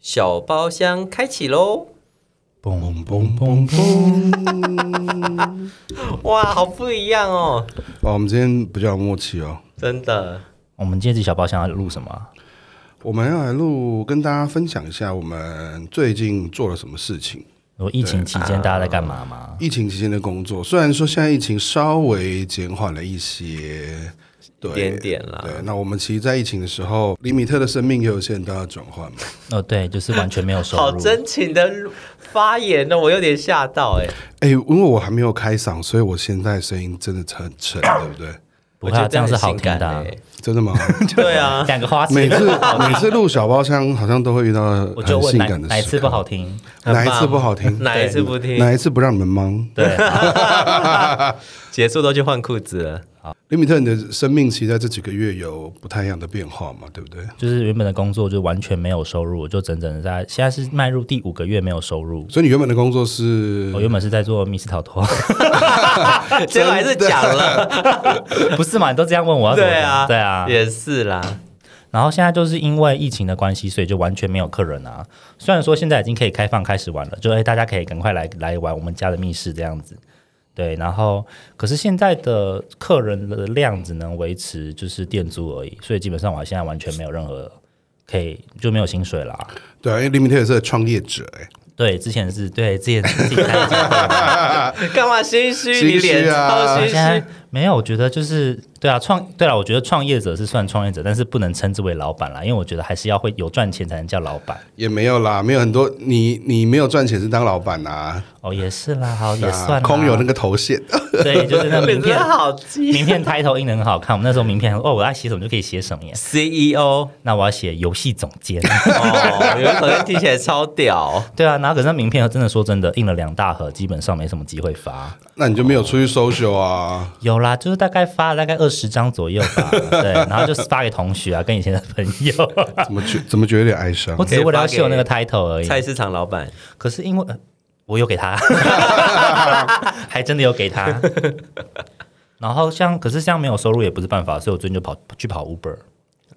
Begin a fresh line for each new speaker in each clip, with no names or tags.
小包厢开启喽！
嘣嘣嘣嘣！
哇，好不一样哦，
哇，我们今天比较有默契哦。
真的。
我们这集小包厢要录什么啊？
我们要来录，跟大家分享一下我们最近做了什么事情。
如果疫情期间大家在干嘛吗？
哎
疫情期间的工作，虽然说现在疫情稍微减缓了一些，对，
一点点啦
对，那我们其实，在疫情的时候，李米特的生命也有些人都要转换嘛。
哦，对，就是完全没有收入。
好真情的发言呢，我有点吓到哎、
哎，因为我还没有开嗓，所以我现在声音真的很沉，对不对？
不
我
会
觉
啊
得
这样是
很
好
性
听
感
的啊、
哎
真的吗？
对 啊，
两个花
每
痴，
次每次录小包厢，好像都会遇到
我就
很
问
性
哪
感的
哪一
时
次不
刻
好听？
很
哪一
棒
次不好听？
哪一次不听？
哪一次不让你们忙？
对，
结束都去换裤子 了。
林米特，你的生命期在这几个月有不太一样的变化嘛？对不对？
就是原本的工作就完全没有收入，我就整整在现在是迈入第五个月没有收入。
所以你原本的工作是
哦
我原本是在做密室 逃脱，
结果还是讲了，
不是嘛？你都这样问我要怎 么
对
讲？
啊，
对啊，
也是啦。
然后现在就是因为疫情的关系，所以就完全没有客人啊。虽然说现在已经可以开放开始玩了，就哎、大家可以赶快来来玩我们家的密室这样子。对，然后可是现在的客人的量只能维持就是店租而已，所以基本上我现在完全没有任何可以就没有薪水啦。
对啊，因为林米特也是个创业者哎、
对，之前是对之前是自己开的，
干嘛心虚？
心
你
虚啊
脸超
现
心
在
虚。
没有。我觉得就是对啊，创对啊，我觉得创业者是算创业者，但是不能称之为老板啦，因为我觉得还是要会有赚钱才能叫老板。
也没有啦，没有很多你你没有赚钱是当老板啊，
哦，也是啦，好
对
也
啊
算啦
空有那个头衔，
对，就是那名
脸真
片
的，好鸡
名片抬头印的很好看。我们那时候名片哦，我要写什么就可以写什么耶。
CEO
那我要写游戏总监，
E 哦，有可能听起来超屌。
对啊。然后可是那名片真的说真的，印了两大盒，基本上没什么机会发。
那你就没有出去 social 啊。
有啦，就是大概发了大概二十张左右吧，对，然后就是发给同学啊，跟以前的朋友。
哦
怎么觉怎么觉得有点哀伤
我？只是为了要秀那个 title 而已。
菜市场老板，
可是因为、呃我有给 他，还真的有给他。然后像可是像没有收入也不是办法，所以我最近就跑去跑 Uber。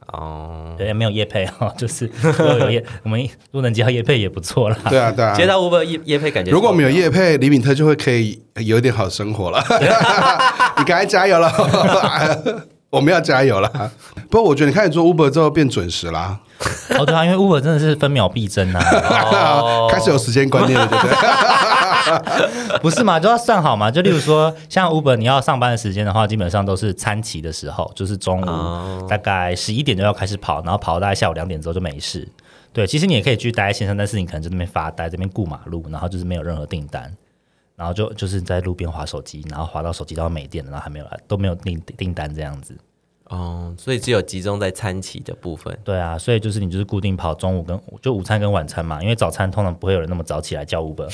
哦，
对，没有业配哦， 就是如果有业，我们如果能接到业配也不错啦。
对啊对啊
接，到 Uber 叶叶配感觉
如果没有
超屌
业配，李米特就会可以有一点好生活了。 你赶快加油了， 我们要加油了。不过我觉得你开始做 Uber 之后变准时啦，
哦，对啊，因为 Uber 真的是分秒必争啊，
哦
开始有时间观念了，对不对？
不是嘛？就要算好嘛。就例如说，像 Uber 你要上班的时间的话，基本上都是餐期的时候，就是中
哦
午大概十一点就要开始跑，然后跑到大概下午两点之后就没事。对，其实你也可以去待在线上，但是你可能就那边发呆，这边顾马路，然后就是没有任何订单，然后就就是在路边划手机，然后划到手机到没电了，然后还没有来都没有订订单这样子。
哦，所以只有集中在餐企的部分。
对啊，所以就是你就是固定跑中午跟就午餐跟晚餐嘛，因为早餐通常不会有人那么早起来叫 Uber，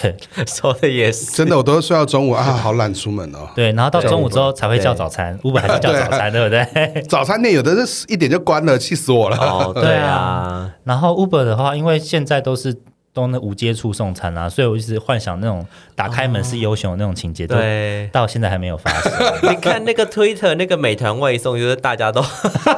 对
说的也是，
真的，我都睡到中午啊，好懒出门哦。
对，然后到中午之后才会叫早餐，Uber 还是叫 早餐，对不对？
早餐店有的是一点就关了，气死我了。
哦，对
对
啊
啊，然后 Uber 的话，因为现在都是都那无接触送餐啦、所以我一直幻想那种打开门是优雄的那种情节，就
对。
到现在还没有发 生。
你看那个 Twitter 那个美团外送，就是大家都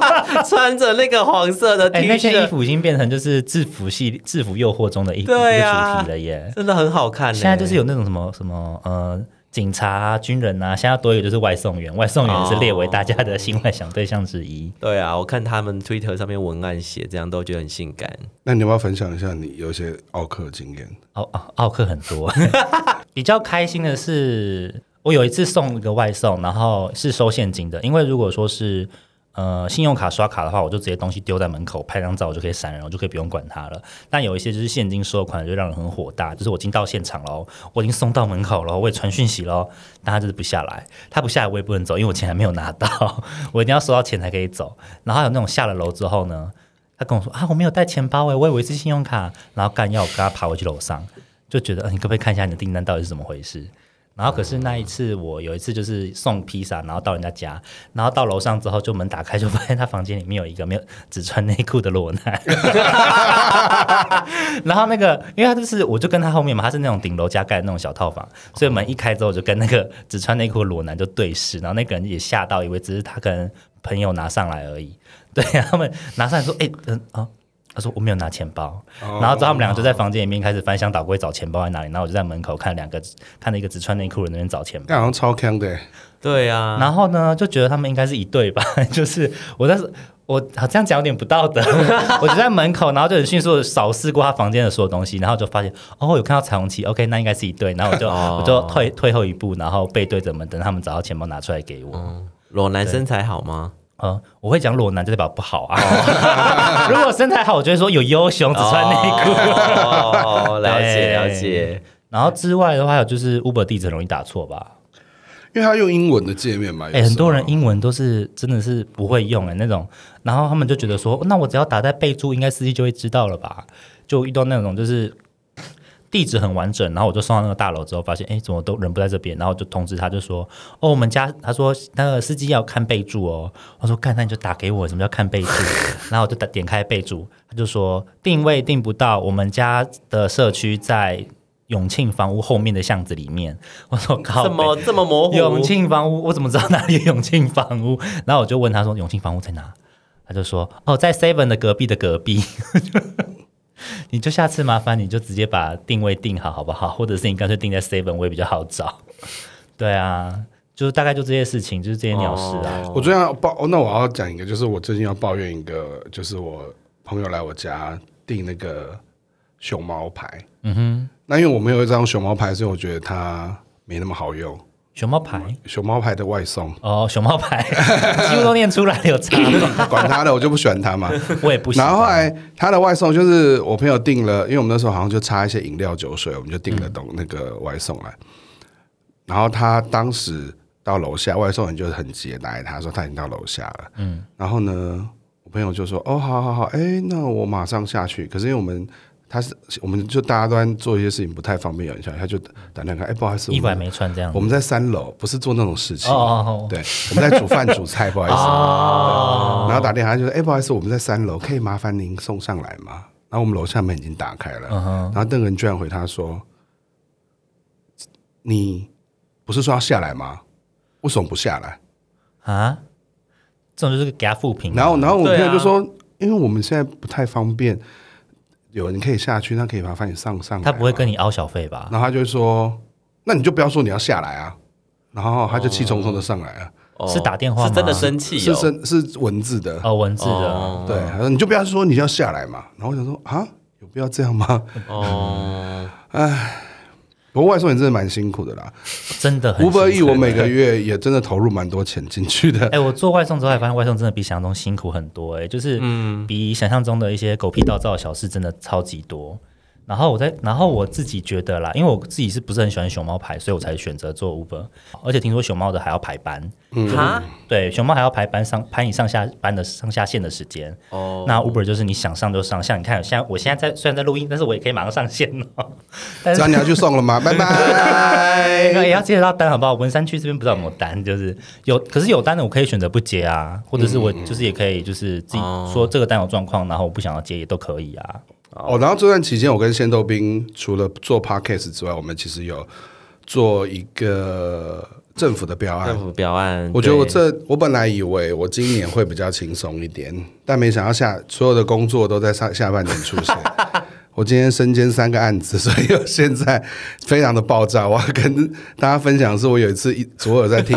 穿着那个黄色的 T
哎、那件衣
恤，
服已经变成就是制服系制服诱惑中的一、
对啊
一个主题了耶。
真的很好看呢。
现在就是有那种什么什么呃警察、啊、军人啊，现在多一个就是外送员，外送员是列为大家的 性幻想对象之一。
对啊，我看他们 Twitter 上面文案写这样都觉得很性感。
那你要不要分享一下你有一些奥克经验？
奥奥奥克很多， 比较开心的是，我有一次送一个外送，然后是收现金的，因为如果说是呃信用卡刷卡的话，我就直接东西丢在门口，拍张照我就可以闪人，我就可以不用管它了。但有一些就是现金收款就让人很火大，就是我已经到现场喽，我已经送到门口了，我也传讯息喽，但他就是不下来，他不下来我也不能走，因为我钱还没有拿到，我一定要收到钱才可以走。然后还有那种下了楼之后呢，他跟我说啊，我没有带钱包诶，我以为是信用卡，然后干要我跟他爬回去楼上，就觉得、呃你可不可以看一下你的订单到底是怎么回事？然后可是那一次，我有一次就是送披萨，然后到人家家，然后到楼上之后就门打开，就发现他房间里面有一个没有只穿内裤的裸男。然后那个，因为他就是，我就跟他后面嘛，他是那种顶楼加盖的那种小套房，所以门一开之后，我就跟那个只穿内裤的裸男就对视，然后那个人也吓到， 以为只是他跟朋友拿上来而已。对，他们拿上来说，哎、嗯啊。他说我没有拿钱包，
哦
然后之后他们两个就在房间里面开始翻箱倒柜找钱包在哪里，然后我就在门口看两个看到一个只穿内裤的人在那边找钱包。
那好像超坑的欸，
对啊，
然后呢，就觉得他们应该是一对吧？ 就是我在我好这样讲有点不 道德，我就在门口，然后就很迅速的扫视过他房间的所有东西，然后就发现哦，有看到彩虹旗，OK，那应该是一对，然后我就、
哦
我就退退后一步，然后背对着门，等他们找到钱包拿出来给我。
嗯裸男身材好吗？
呃，我会讲裸男就代表不好啊。
哦
如果身材好，我就会说有优雄只穿内裤。
裤。哦，了解
对
了解。
然后之外的话，还有就是 Uber 地址很容易打错吧？
因为他用英文的界面嘛，有
哎、
时候
很多人英文都是真的是不会用哎、那种，然后他们就觉得说，那我只要打在备注，应该司机就会知道了吧？就遇到那种就是地址很完整，然后我就送到那个大楼之后，发现哎、怎么都人不在这边，然后就通知他，就说哦，我们家他说那个司机要看备注哦，我说干，那你就打给我，什么叫看备注？然后我就打点开备注，他就说定位定不到，我们家的社区在。永庆房屋后面的巷子里面，我说靠北，
怎么这么模糊？
永庆房屋，我怎么知道哪里有永庆房屋？ 然后我就问他说：“永庆房屋在哪？”他就说：“哦，在 Seven 的隔壁的隔壁。” 你就下次麻烦你就直接把定位定好好不好？或者是你干脆定在 Seven，我也比较好找。对啊，就是大概就这些事情，就是这些鸟事啊。
哦
我最近要抱，那我要讲一个，就是我最近要抱怨一个，就是我朋友来我家订那个熊猫牌。
嗯哼，
那因为我没有一张熊猫牌，所以我觉得它没那么好用。
熊猫牌
熊猫牌的外 送，
哦，熊猫牌几乎都念出来有差吗？
管他的，我就不喜欢它嘛。
我也不喜
然
欢。
后后来他的外送就是我朋友订了，因为我们那时候好像就差一些饮料酒水，我们就订了东那个外送来。然后他当时到楼下，外送人就很接待他，说他已经到楼下了。嗯，然后呢，我朋友就说：“哦，好好好，哎，那我马上下去。”可是因为我们他是我们就大家都在做一些事情，不太方便有人下去，他就打电话哎，不好意思，
衣服
我
还
们
没穿这样
我。们在三楼，不是做那种事情。
哦哦哦
对，我们在煮饭煮菜，不好意 思。
哦
然后打电话就说：“哎、不好意思，我们在三楼，可以麻烦您送上来吗？”然后我们楼下门已经打开了，
嗯哼
然后那个人居然回他说：“你不是说要下来吗？为什么不下来
啊，这种就是给他复评？”啊。
然后，然后我朋
对啊
友就说：“因为我们现在不太方便，有人可以下去，那可以麻烦你上上来。”
他不会跟。你凹小费吧？
然后他就说：“那你就不要说你要下来啊。”
哦
然后他就气冲冲的上来了，
哦
是打电话吗
是真的生气
是
哦，
是是文字的，
哦，文字的，
哦
对，他说你就不要说你要下来嘛。然后我想说啊，有必要这样吗？
哦，
不过外送也真的蛮辛苦的啦。
真的很
五
辛苦。
百亿我每个月也真的投入蛮多钱进去 的。
哎，我做外送之后，还发现外送真的比想象中辛苦很多，哎，就是
嗯
比想象中的一些狗屁倒灶的小事真的超级多。然后我在，然后我自己觉得啦，因为我自己是不是很喜欢熊猫牌，所以我才选择做 Uber。而且听说熊猫的还要排班，
哈，
对，熊猫还要排班上排你上下班的上下线的时间。
哦，
那 Uber 就是你想上就上，像你看，现在我现在在虽然在录音，但是我也可以马上上线哦。
只
但是
要你要去送了 吗？拜
那个
拜。
也要接得到单，好不好？文山区这边不知道有没有单，就是有，可是有单的我可以选择不接啊，或者是
嗯
我就是也可以就是自己说这个单有状况，然后我不想要接也都可以啊。
哦，然后这段期间，我跟仙豆冰除了做 podcast 之外，我们其实有做一个政府的标案
政。府标案，
哎我觉得我
嗯对
这，我本来以为我今年会比较轻松一点， 但没想到下所有的工作都在上下半年出现。 我今天身兼三个案子，所以我现在非常的爆炸。我要跟大家分享的是，我有一次一左耳在听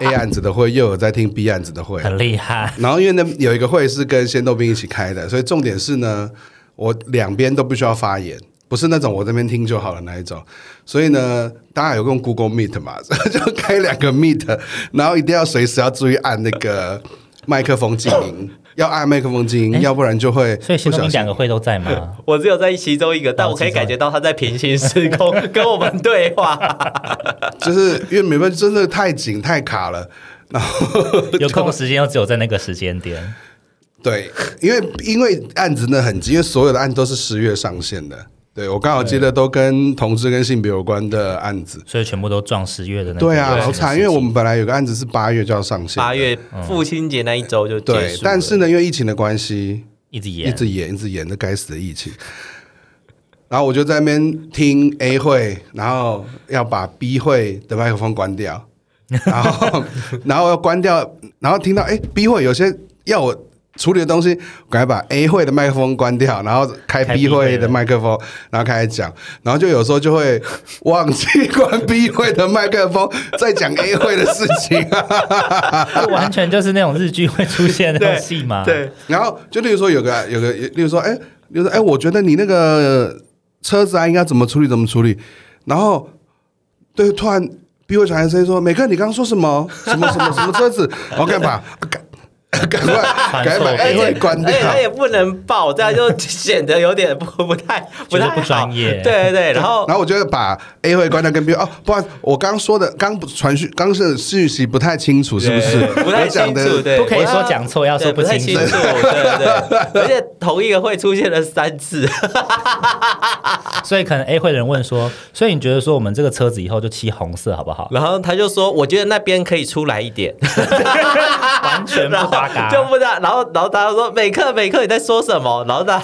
A 案子的会，右耳在听 B 案子的会，
很厉害，
然后因为那有一个会是跟仙豆冰一起开的，所以重点是呢，我两边都必须要发言，不是那种我这边听就好了那一种。所以呢，大家有用 Google Meet 嘛， 所以就开两个 Meet，然后一定要随时要注意按那个麦克风静 音，要按麦克风静音，要不然就会
哎所以
不
新东
小
兵
心
两。个会都 在吗？
我只有在其中一个，但我可以感觉到他在平行时 空跟我们对话。
就是因为没办法，真的太紧太卡了。然后
有空的时间又只有在那个时间点，
对，因为因为案子呢很急，因为所有的案都是十月上线的。对我刚好接的都跟同志跟性别有关的案子。
所以全部都撞十月的那个
对啊，
时间
好惨，因为我们本来有个案子是八月就要上线，
八月父亲节那一周就结
对
束，了
但是呢，因为疫情的关系，
一直
一
演，
直演一直演，这该死的疫情。然后我就在那边听 A 会，然后要把 B 会的麦克风关 掉，然后然后要关掉，然后听到哎 B 会有些要我处理的东西，赶快把 A 会的麦克风关掉，然后开
开
B
B 会
会的
的
麦克风，然后开始讲，然后就有时候就会忘记关 B 会的麦克风，在讲 A 会的事情、啊。
这完全就是那种日剧会出现的 那种戏嘛。，
对，
然后就例如说有个有个，例如说哎，例如说哎，我觉得你那个车子啊应该怎么处理怎么处理，然后对，突然 B 会传来声音说，美克你刚刚说什么什么什么什么车子，然后干嘛？赶赶快赶
传
快
送
把
哎
A
给
会关掉
而且。他也不能爆，这样就显得有点不不太不太
觉得不
好
专业
对对对，然后
然后我就会把 A 会关掉跟 B 哦，不然我刚说的刚不传讯刚是讯息不太清楚，是不是？
对不太
我讲
清
的
楚，对，
不可以
我
说讲错要
对
说
不
不
太
清
清
楚
楚，对对，而且同一个会出现了三次，
所以可能 A 会人问说，所以你觉得说我们这个车子以后就漆红色好不 好？
然后他就说，我觉得那边可以出来一点，
完全不
然后
搭嘎，
就不知道，然后然后他就说，美克美克你在说什么？然后他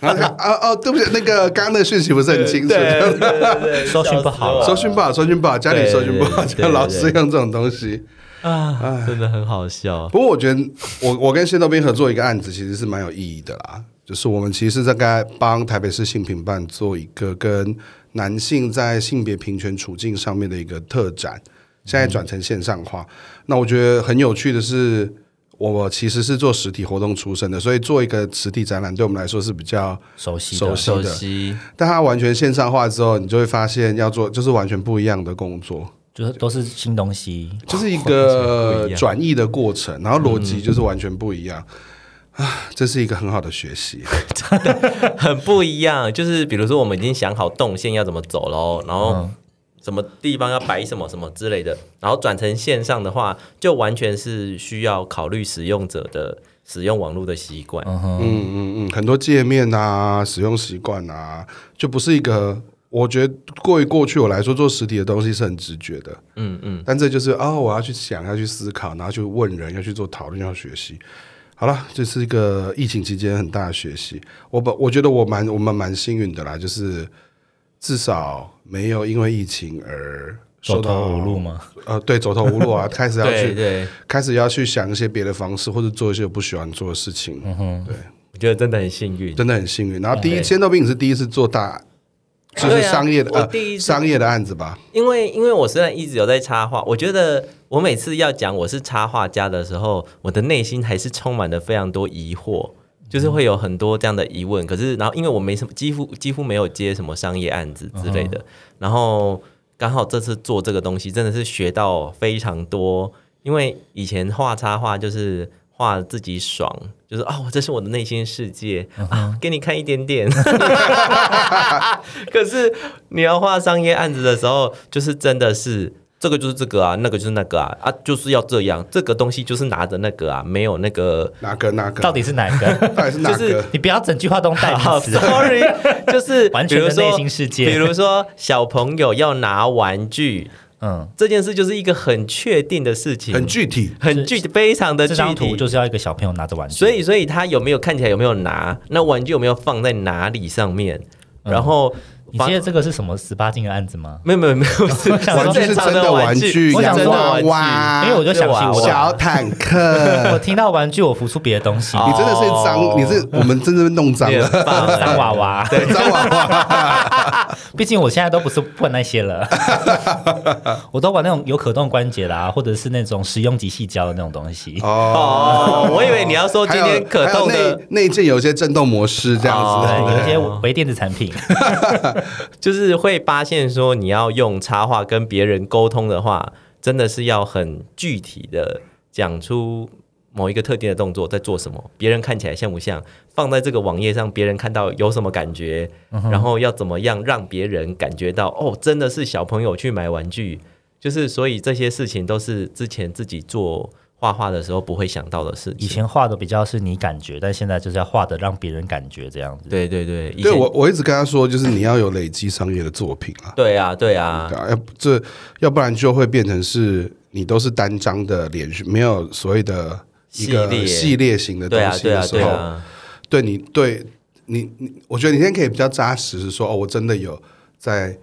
然后他哦哦，对不起，那个刚刚的讯息不是很清楚，这 样
对对对，
收讯不 好
笑
啊
死我
收讯不好，收讯不好，家里收讯不好，
对对对
家老师用这种东西。哎
啊，真的很好笑。
不过我觉得我我跟谢豆斌合作一个案子，其实是蛮有意义的啦。就是我们其实是在该帮台北市性平办做一个跟男性在性别平权处境上面的一个特展，现在转成线上化。那我觉得很有趣的是，我其实是做实体活动出身的，所以做一个实体展览对我们来说是比较
熟悉
熟
的
悉
熟
的
悉，
但它完全线上化之后，你就会发现要做就是完全不一样的工作，
就是都是新东西，
就是一
完全不
个
一样
转译的过程，然后逻辑就是完全不一样。啊，这是一个很好的学习，
很不一样。就是比如说，我们已经想好动线要怎么走喽，然后
嗯
什么地方要摆什么什么之类的，然后转成线上的话，就完全是需要考虑使用者的使用网络的习惯。
嗯哼，
嗯嗯嗯，很多界面啊、使用习惯啊，就不是一个。我觉得过于过去我来说，做实体的东西是很直觉的，
嗯嗯，
但这就是哦，我要去想，要去思考，然后去问人，要去做讨论，要学习。好了，这是一个疫情期间很大的学习。我把我觉得我蛮我们蛮幸运的啦，就是至少没有因为疫情而
走
受到
投无路吗？
呃，对，走投无路啊，开始要
对
去
对，
开始要去想一些别的方式，或者做一些我不喜欢做的事情，
我觉得真的很幸运。
真的很幸运。然后第一，
对
仙豆饼是第一次做大，就是
对啊
商业的、
我第
呃
一次
商业的案子吧？
因为因为我虽然一直有在插画，我觉得我每次要讲我是插画家的时候，我的内心还是充满了非常多疑惑，就是会有很多这样的疑问。可是然后因为我没什么，几乎几乎没有接什么商业案子之类的，然后刚好这次做这个东西，真的是学到非常多。因为以前画插画就是画自己爽，就是哦，这是我的内心世界、啊，给你看一点点。 可是你要画商业案子的时候，就是真的是这个就是这个啊，那个就是那个啊，啊就是要这样，这个东西就是拿着那个啊，没有那 个。
哪个哪个？
到底是哪一 个？
到底是哪个？
就是
你不啊要整句话都带
好
名词，
，sorry，就是
完
比
全的
如说
内心世界
比如说小朋友要拿玩具
嗯，
这件事，就是一个很确定的事情，
很具体，
很具非常的
这
呃具
张
体
图，就是要一个小朋友拿着玩具，
所以，所以他有没有看起来有没有拿？那玩具有没有放在哪里上面？然后
嗯你
发
记得这个是什么十八禁的案子吗？
没有没有没有，是
想
玩
说
具是真的玩具，
我想
洋
说
娃
玩具
娃，
因为我就想起
啊娃娃
我
小坦克
我，听到玩 具，我浮出别的东西，
哦
你真的是脏，你是我们真的弄脏
你很
了，
棒欸
三娃 娃。
对，脏娃娃。
毕竟我现在都不是碰那些 了，我都玩那种有可动关节的啊，或者是那种使用级细胶的那种东西。
哦，我以为你要说今天可动
还有还
的，
有内内建有一些震动模式这样
对，
子，
哦
有一些微电子产品，
就是会发现说你要用插画跟别人沟通的话，真的是要很具体的讲出某一个特定的动作在做什么，别人看起来像不像，放在这个网页上别人看到有什么感觉，
嗯
然后要怎么样让别人感觉到哦，真的是小朋友去买玩具，就是所以这些事情都是之前自己做画画的时候不会想到的事
以
情。
前画的比较是你感觉，但现在就是要画的让别人感觉这样子。
对对对，以
对
前
我我一直跟他说，就是你要有累积商业的作品啊，
对啊对啊
对，啊，要不这要不然就会变成是你都是单张的连续，没有所谓的一
系
个
列
系列型的东
对啊，
西
对
的
啊，
时
对
候，
啊，
对你对你你，我觉得你现在可以比较扎实，是说哦，我真的有在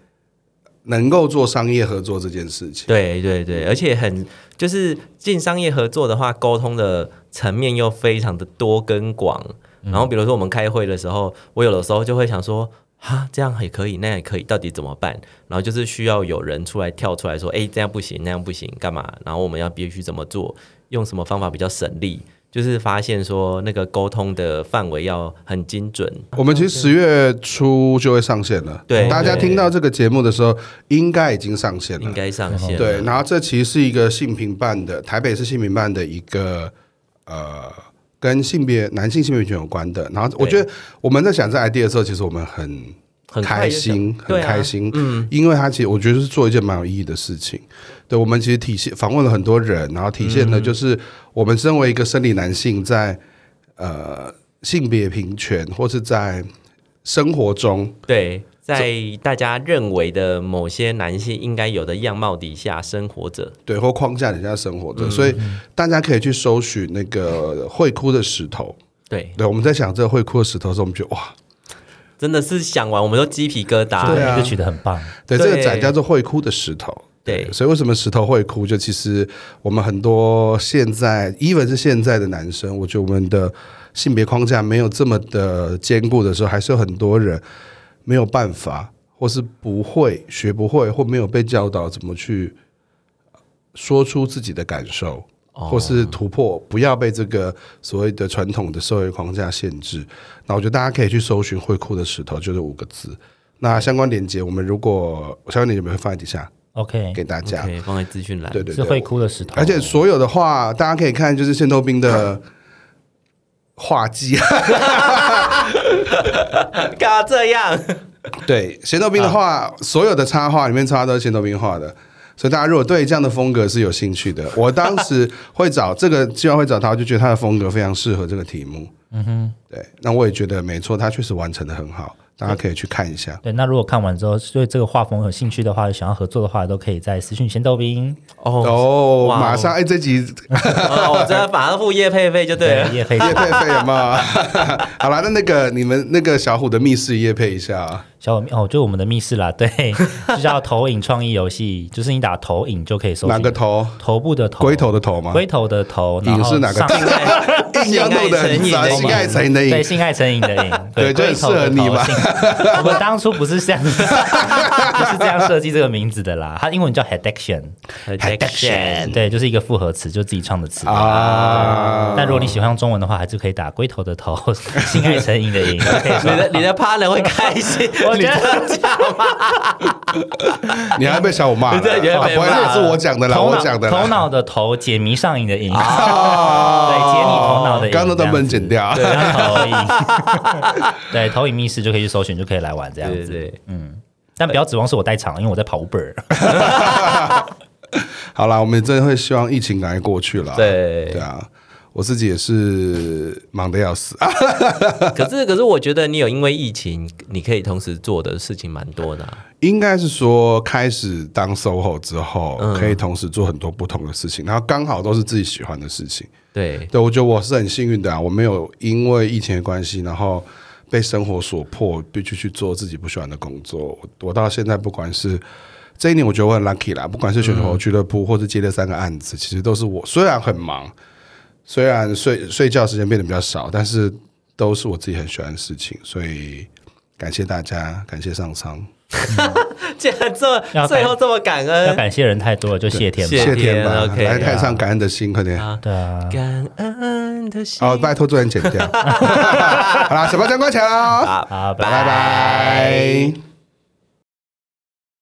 能够做商业合作这件事情。
对对对，而且很就是进商业合作的话，沟通的层面又非常的多跟广。然后比如说我们开会的时候，我有的时候就会想说。啊，这样也可以，那样也可以，到底怎么办？然后就是需要有人出来跳出来说，哎、这样不行，那样不行，干嘛？然后我们要必须怎么做？用什么方法比较省力？就是发现说那个沟通的范围要很精准。
我们其实十月初就会上线了，
对
大家
对
听到这个节目的时候，应该已经上线了
应。该上线了。
对，啊然后这其实是一个性平办的，台北市性平办的一个呃，跟性别男性性别平权有关的。然后我
对
觉得我们在想这 idea 的时候，其实我们很
很快
开
就想
心，
对
很
啊
开心，嗯，因为他其实我觉得是做一件蛮有意义的事情。对，我们其实体现访问了很多人，然后体现
嗯
的就是我们身为一个生理男性在，呃性别平权或是在生活中，
对，在大家认为的某些男性应该有的样貌底下生活着。
对或框架底下生活着，所以大家可以去搜寻那个会哭的石头。
对，
对，我们在想这个会哭的石头的时候，我们觉得哇，
真的是想完我们都鸡皮疙瘩。
对啊
就取得很棒。
对，
对
这个展叫做会哭的石头。
对
所以为什么石头会哭？就其实我们很多现在，even 是现在的男生，我觉得我们的性别框架没有这么的坚固的时候，还是有很多人没有办法，或是不会学不会，或没有被教导怎么去说出自己的感受，
哦
或是突破，不要被这个所谓的传统的社会框架限制。那我觉得大家可以去搜寻“会哭的石头”，就是五个字。那相关链接，我们如果相关链接我们会放在底下
OK，
给大家。
可以放在资讯栏。
对对
是会
对，
哭的石头，
而且所有的话，大家可以看就是圣斗兵的画技。啊
干嘛这样？
对，咸豆冰的话，所有的插画里面插画都是咸豆冰画的，所以大家如果对这样的风格是有兴趣的，我当时会找这个计划会找他，就觉得他的风格非常适合这个题目。嗯哼，对，那我也觉得没错，他确实完成的很好，大家可以去看一下。
对，那如果看完之后对这个画风有兴趣的话，想要合作的话，都可以在私讯先豆兵，
哦，
哦，
哇哦
马上哎，这集
哦我真的马上付叶配费就对了。
叶飞
叶配费有没有？好了，那那个你们那个小虎的密室叶配一下啊。
小米哦，就我们的密室啦，对，就叫投影创意游戏，就是你打投影就可以搜寻
哪个头？
头部的头，
龟头的头吗？
龟头的头，然
影
后
是哪个
上
头 硬
性
要弄
爱
得
成
很
瘾
杂，
的
性爱
瘾，
成瘾的
对，
瘾。
性爱成瘾的 瘾，
对就很适合你吧
吧。性我们当初不是 这样，不是这样设计这个名字的啦。它英文叫 addiction，
Addiction
对，就是一个复合词，就自己创的词
啊
但如果你喜欢用中文的话，还是可以打龟头的头， 性爱成瘾的瘾，就可以
你
说
的你的 partner 会开 心，
我
你
觉得
这样
你还被小五 骂了？
对对
啊
被
不会
骂
啦，
了
是我讲的啦，
头
我
脑
讲的啦。
头脑的头，解谜上瘾的瘾，
啊
对，解你头脑的瘾，
刚刚都
这
能
样子
剪掉。
对，投影， 对，投影密室就可以去搜寻，就可以来玩这样
对对
子。
对，
但不要指望是我代场，因为我在跑 Uber。
好啦，我们真的会希望疫情赶快过去了。
对
对啊，我自己也是忙得要死啊。
可是可是我觉得你有因为疫情，你可以同时做的事情蛮多的啊、
应该是说开始当 SOHO 之后，
嗯
可以同时做很多不同的事情，然后刚好都是自己喜欢的事情。
对，
对，我觉得我是很幸运的啊，我没有因为疫情的关系，然后被生活所迫，必须去做自己不喜欢的工作。我我到现在不管是这一年，我觉得我很 lucky 啦，不管是选手俱乐部，或是接了三个案子，其实都是我虽然很忙，虽然睡睡觉时间变得比较少，但是都是我自己很喜欢的事情，所以感谢大家，感谢上苍，
竟然这
要
么最后这么感
要
恩，
感谢人太多了，就谢天
谢
吧。
呃谢天吧，
OK，
来
对啊
台上感恩的心，快点。
对啊，
感恩的心。
哦，拜托，做人剪掉。好啦，小包厢关起来喽。
好，
好，拜
拜拜。